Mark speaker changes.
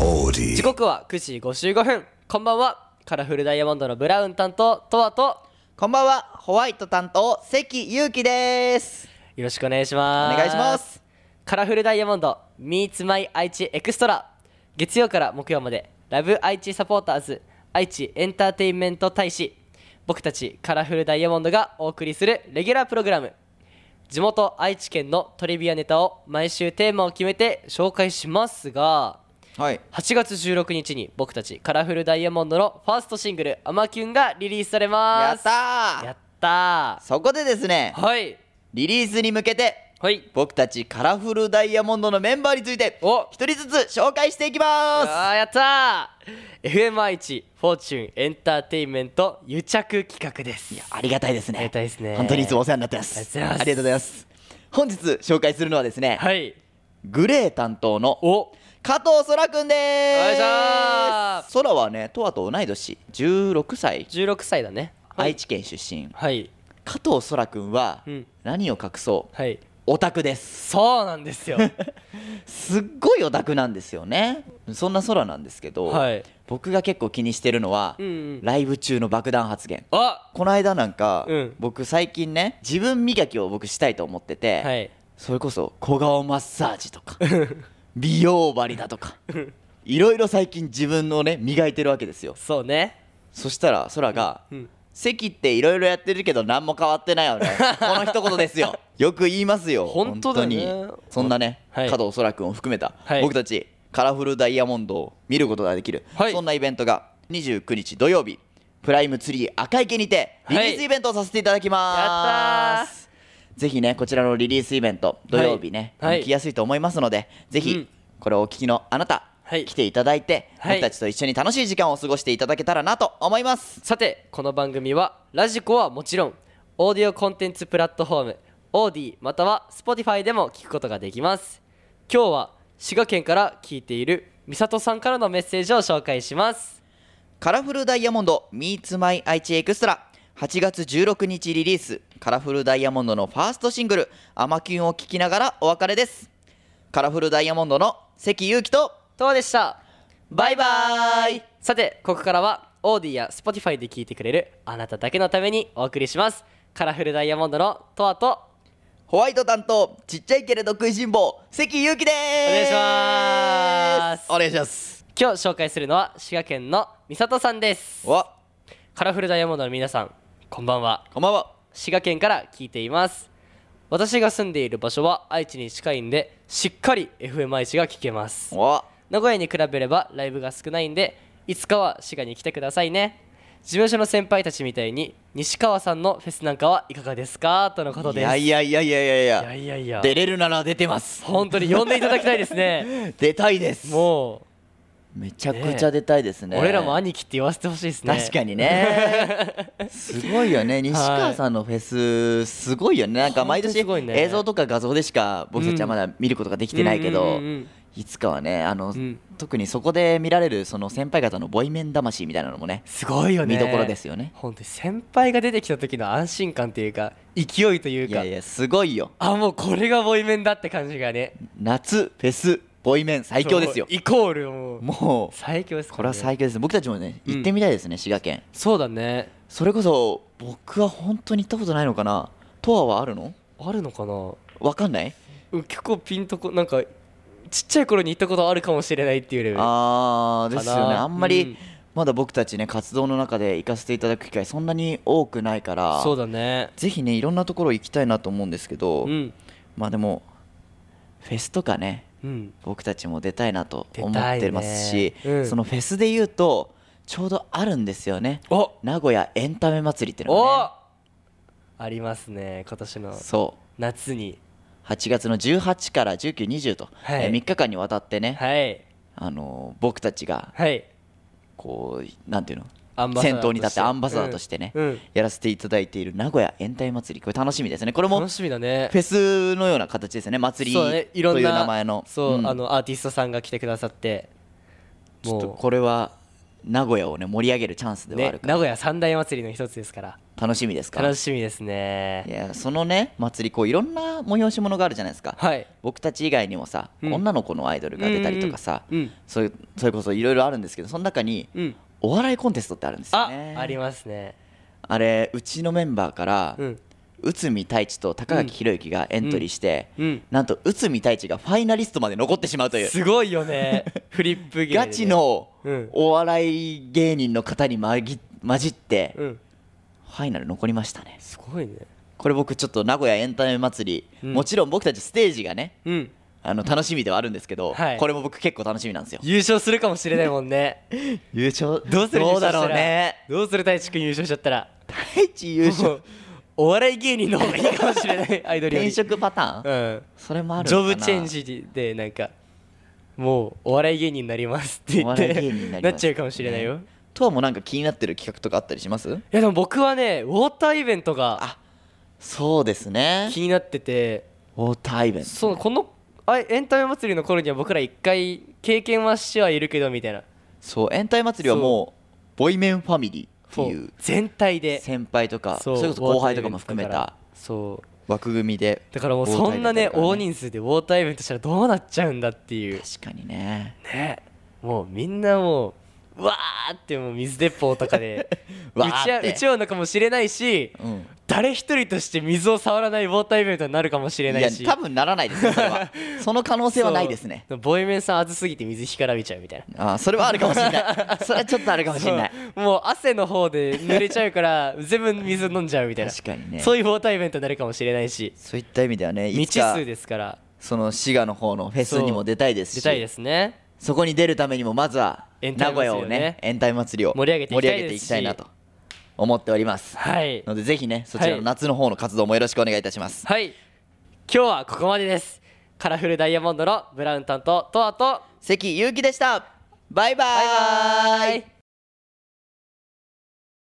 Speaker 1: オーディ
Speaker 2: 時刻は9時55分こんばんはカラフルダイヤモンドのブラウン担当とわと
Speaker 3: こんばんは、ホワイト担当、関ゆうきです。
Speaker 2: よろしくお願いします
Speaker 3: お願いします
Speaker 2: カラフルダイヤモンド Meets My 愛知エクストラ月曜から木曜までラブ愛知サポーターズ愛知エンターテインメント大使僕たちカラフルダイヤモンドがお送りするレギュラープログラム地元愛知県のトリビアネタを毎週テーマを決めて紹介しますが
Speaker 3: はい。
Speaker 2: 8月16日に僕たちカラフルダイヤモンドのファーストシングル「アマキュン」がリリースされ
Speaker 3: や
Speaker 2: ま
Speaker 3: っ
Speaker 2: す
Speaker 3: たー
Speaker 2: やった
Speaker 3: そこでですね
Speaker 2: ー、はい
Speaker 3: リリースに向けて、
Speaker 2: はい
Speaker 3: 僕たちカラフルダイヤモンドのメンバーについて、
Speaker 2: お
Speaker 3: 一人ずつ紹介していきま
Speaker 2: あーやったー FMI1 フォーチュンエンターテインメント癒着企画です
Speaker 3: す。いや、ありがたいですね。
Speaker 2: ありがたいですね
Speaker 3: 本当にいつもお世話になってます。
Speaker 2: ありがとうございます
Speaker 3: ありがとうございます。本日紹介するのはですね、
Speaker 2: はい
Speaker 3: グレー担当の
Speaker 2: お
Speaker 3: 加藤空くんです。
Speaker 2: お願いします
Speaker 3: 空はね、とわと同い年、16歳、
Speaker 2: 16歳だね
Speaker 3: 愛知県出身。
Speaker 2: はい
Speaker 3: 加藤空くんは、
Speaker 2: うん
Speaker 3: 何を隠そう、
Speaker 2: はい
Speaker 3: オタクです。
Speaker 2: そうなんです よ
Speaker 3: すっごいオタクなんですよねそんな空なんですけど、
Speaker 2: はい
Speaker 3: 僕が結構気にしてるのは、
Speaker 2: うんうん
Speaker 3: ライブ中の爆弾発言
Speaker 2: あ
Speaker 3: この間なんか、
Speaker 2: うん
Speaker 3: 僕最近ね自分磨きを僕したいと思ってて、
Speaker 2: はい
Speaker 3: それこそ小顔マッサージとか 美容針だ とかいろいろ最近自分のね磨いてるわけですよ
Speaker 2: そうね
Speaker 3: そしたら空が、
Speaker 2: うん
Speaker 3: 関っていろいろやってるけど何も変わってな いよねこの一言ですよよく言いますよ
Speaker 2: 本当だね
Speaker 3: 本当にそんなね、
Speaker 2: はい
Speaker 3: 加藤空君を含めた、
Speaker 2: はい
Speaker 3: 僕たちカラフルダイヤモンドを見ることができる、
Speaker 2: はい
Speaker 3: そんなイベントが29日土曜日プライムツリー赤池にてリリースイベントをさせていただきます、
Speaker 2: やった
Speaker 3: ぜひねこちらのリリースイベント土曜日ね、
Speaker 2: はいはい
Speaker 3: 来やすいと思いますのでぜひ、
Speaker 2: うん
Speaker 3: これをお聞きのあなた、
Speaker 2: はい
Speaker 3: 来ていただいて、
Speaker 2: はい
Speaker 3: 僕たちと一緒に楽しい時間を過ごしていただけたらなと思います
Speaker 2: さてこの番組はラジコはもちろんオーディオコンテンツプラットフォームオーディまたは Spotify でも聞くことができます今日は滋賀県から聞いている美里さんからのメッセージを紹介します
Speaker 3: カラフルダイヤモンド Meets My 愛知エクストラ8月16日リリースカラフルダイヤモンドのファーストシングル「アマキュン」を聴きながらお別れですカラフルダイヤモンドの関裕貴と
Speaker 2: とわでした
Speaker 3: バイバイ
Speaker 2: さてここからはオーディや Spotify で聞いてくれるあなただけのためにお送りしますカラフルダイヤモンドのとわと
Speaker 3: ホワイト担当ちっちゃいけれど食いしん坊関裕貴で
Speaker 2: お願い
Speaker 3: す
Speaker 2: します
Speaker 3: お願いします
Speaker 2: 今日紹介するのは滋賀県の美里さんです
Speaker 3: わ
Speaker 2: カラフルダイヤモンドの皆さんこんばんは
Speaker 3: こんばんは
Speaker 2: 滋賀県から聞いています私が住んでいる場所は愛知に近いんでしっかり FM 愛知が聞けます
Speaker 3: わ
Speaker 2: 名古屋に比べればライブが少ないんでいつかは滋賀に来てくださいね事務所の先輩たちみたいに西川さんのフェスなんかはいかがですかとのこと
Speaker 3: い
Speaker 2: です
Speaker 3: やいやいやいやいやいや
Speaker 2: いやいやいや
Speaker 3: 出れるなら出てます
Speaker 2: 本当に呼んでいただきたいですね
Speaker 3: 出たいです
Speaker 2: も
Speaker 3: めちゃくちゃ出たいです
Speaker 2: う、
Speaker 3: ね
Speaker 2: 俺らも兄貴って言わせてほしいですね
Speaker 3: 確かにね すごいよね西川さんのフェスすごいよねなんか
Speaker 2: 本
Speaker 3: 毎
Speaker 2: 当に
Speaker 3: 年
Speaker 2: すごいね
Speaker 3: 映像とか画像でしか僕たちはまだ見ることができてないけど、
Speaker 2: うんうんうんうん
Speaker 3: いつかはねあの、
Speaker 2: ん
Speaker 3: 特にそこで見られるその先輩方のボイメン魂みたいなのもね
Speaker 2: すごいよね
Speaker 3: 見どころですよね
Speaker 2: 本当に先輩が出てきた時の安心感というか勢いという
Speaker 3: い
Speaker 2: か
Speaker 3: やいやすごいよ
Speaker 2: あもうこれがボイメンだって感じがね
Speaker 3: 夏フェスボイメン最強ですよ
Speaker 2: そうイコールもう
Speaker 3: もう
Speaker 2: 最強ですからね
Speaker 3: これは最強です僕たちもね
Speaker 2: うん
Speaker 3: 行ってみたいですね、滋賀県
Speaker 2: そうだね
Speaker 3: それこそ僕は本当に行ったことないのかなとわはあるの
Speaker 2: あるのかな
Speaker 3: わかんない
Speaker 2: うん結構ピンとこなんかちっちゃい頃に行ったことあるかもしれないっていうレベル
Speaker 3: あーですよ
Speaker 2: か
Speaker 3: ね
Speaker 2: な
Speaker 3: あんま
Speaker 2: う
Speaker 3: り
Speaker 2: ん
Speaker 3: まだ僕たちね活動の中で行かせていただく機会そんなに多くないから
Speaker 2: そうだね
Speaker 3: ぜひねいろんなところ行きたいなと思うんですけど、
Speaker 2: うん
Speaker 3: まあでもフェスとかね
Speaker 2: うん
Speaker 3: 僕たちも出たいなと思
Speaker 2: 出た
Speaker 3: っ
Speaker 2: いね
Speaker 3: てますし、
Speaker 2: うん
Speaker 3: そのフェスで言うとちょうどあるんですよね
Speaker 2: お
Speaker 3: 名古屋エンタメ祭りっていうの
Speaker 2: お
Speaker 3: が、
Speaker 2: ありますね今年の
Speaker 3: ねそう
Speaker 2: 夏に
Speaker 3: 8月の18から1920と、
Speaker 2: はい
Speaker 3: え3日間にわたってね、
Speaker 2: はい
Speaker 3: あのー僕たちが
Speaker 2: はい
Speaker 3: こうなんていうの
Speaker 2: アンバサダー
Speaker 3: 先頭に立ってアンバサダーとしてね、
Speaker 2: うんうん
Speaker 3: やらせていただいている名古屋延滞祭りこれ楽しみですねこれも
Speaker 2: 楽
Speaker 3: フ
Speaker 2: しみだね
Speaker 3: ェスのような形ですね祭り
Speaker 2: そう
Speaker 3: と
Speaker 2: だね
Speaker 3: い
Speaker 2: いろん
Speaker 3: う
Speaker 2: な
Speaker 3: 名前の
Speaker 2: そう、
Speaker 3: ん
Speaker 2: あのアーティストさんが来てくださって
Speaker 3: ちょっと
Speaker 2: もう
Speaker 3: これは名古屋をね盛り上げるチャンスではあ
Speaker 2: ね
Speaker 3: る、から、
Speaker 2: 名古屋三大祭りの一つですから
Speaker 3: 楽しみですから
Speaker 2: 楽しみです
Speaker 3: い
Speaker 2: ね
Speaker 3: やそのね祭りこういろんな催し物があるじゃないですか
Speaker 2: はい
Speaker 3: 僕たち以外にもさ、
Speaker 2: うん
Speaker 3: 女の子のアイドルが出たりとかさ、
Speaker 2: うんうんうん
Speaker 3: そういうそれこそいろいろあるんですけどその中に
Speaker 2: うん
Speaker 3: お笑いコンテストってあるんですよ
Speaker 2: あ、
Speaker 3: ね
Speaker 2: ありますね
Speaker 3: あれうちのメンバーから、
Speaker 2: うん
Speaker 3: 内海太一と高垣宏之がエントリーして、
Speaker 2: うん
Speaker 3: なんと内海太一がファイナリストまで残ってしまうという
Speaker 2: すごいよ ねフリップ芸でね
Speaker 3: ガチの
Speaker 2: うん
Speaker 3: お笑い芸人の方にまぎ混じって、
Speaker 2: うん
Speaker 3: ファイナル残りましたね
Speaker 2: すごいね
Speaker 3: これ僕ちょっと名古屋エンタメ祭り、
Speaker 2: うん
Speaker 3: もちろん僕たちステージがね
Speaker 2: うん
Speaker 3: あの楽しみではあるんですけど、
Speaker 2: はい
Speaker 3: これも僕結構楽しみなんですよ
Speaker 2: 優勝するかもしれないもん ね
Speaker 3: 優勝
Speaker 2: どうする優
Speaker 3: どう
Speaker 2: 勝し
Speaker 3: だ
Speaker 2: たら
Speaker 3: ろうね
Speaker 2: どうする太一くん優勝しちゃったら
Speaker 3: 太一優
Speaker 2: も
Speaker 3: 勝
Speaker 2: うお笑い芸人の方がいいかもしれない アイドルより
Speaker 3: 転職パタ
Speaker 2: う
Speaker 3: ーン、
Speaker 2: ん
Speaker 3: それもある
Speaker 2: ジ
Speaker 3: の
Speaker 2: ョ
Speaker 3: かな
Speaker 2: ブチェンジでなんかもうお笑い芸人になりますって言っ
Speaker 3: お笑い芸人に
Speaker 2: て
Speaker 3: なります
Speaker 2: なっちゃうかもしれないよ、
Speaker 3: とはもうなんか気になってる企画とかあったりします
Speaker 2: いやでも僕はねウォーターイベントが
Speaker 3: あそうですね
Speaker 2: 気になってて
Speaker 3: ウォーターイベント
Speaker 2: そうこのあエンタメ祭りの頃には僕ら一回経験はしてはいるけどみたいな
Speaker 3: そう延滞祭りはもうボイメンファミリーってい
Speaker 2: そうう全体で
Speaker 3: 先輩とかそれこそ後輩とかも含め
Speaker 2: ウォーターイベントだか
Speaker 3: た
Speaker 2: らそう
Speaker 3: 枠組みで
Speaker 2: だからもうそんなね
Speaker 3: ウォ
Speaker 2: 大
Speaker 3: ーターイベン
Speaker 2: 人数でウォーターイベントしたらどうなっちゃうんだっていう
Speaker 3: トだからね確かにね
Speaker 2: ねもうみんなもううわーってもう水鉄砲とか でう
Speaker 3: わーっ
Speaker 2: ちは
Speaker 3: て
Speaker 2: うちはのかもしれないし、
Speaker 3: うん
Speaker 2: 誰一人として水を触らないウォーターイベントになるかもしれないし
Speaker 3: いや多分ならないですねそ れはその可能性はないですね
Speaker 2: そうボイメンさん熱すぎて水干からびちゃうみたいな
Speaker 3: あーそれはあるかもしれ ないそれはちょっとあるかもしれない
Speaker 2: そうもう汗の方で濡れちゃうから全部水飲んじゃうみたいな
Speaker 3: 確かにね
Speaker 2: そういうウォーターイベントになるかもしれないし
Speaker 3: そういった意味ではねい
Speaker 2: 未
Speaker 3: つ
Speaker 2: 知
Speaker 3: か
Speaker 2: 数ですから
Speaker 3: その滋賀の方のフェスにも出たいですし
Speaker 2: 出たいですね
Speaker 3: そこに出るためにもまずは名
Speaker 2: 延滞祭りをね
Speaker 3: 古屋をね延滞祭りを
Speaker 2: 盛り上げていきたい
Speaker 3: 盛り上げて
Speaker 2: で
Speaker 3: い
Speaker 2: す
Speaker 3: き
Speaker 2: した
Speaker 3: いなと思っております
Speaker 2: はい
Speaker 3: のでぜひねそちらの夏の方の活動もよろしくお願いいたします、
Speaker 2: はい今日はここまでですカラフルダイヤモンドのブラウン担当トアと
Speaker 3: 関ゆうきでしたバイバ
Speaker 2: バイバ
Speaker 3: ーイ
Speaker 2: イ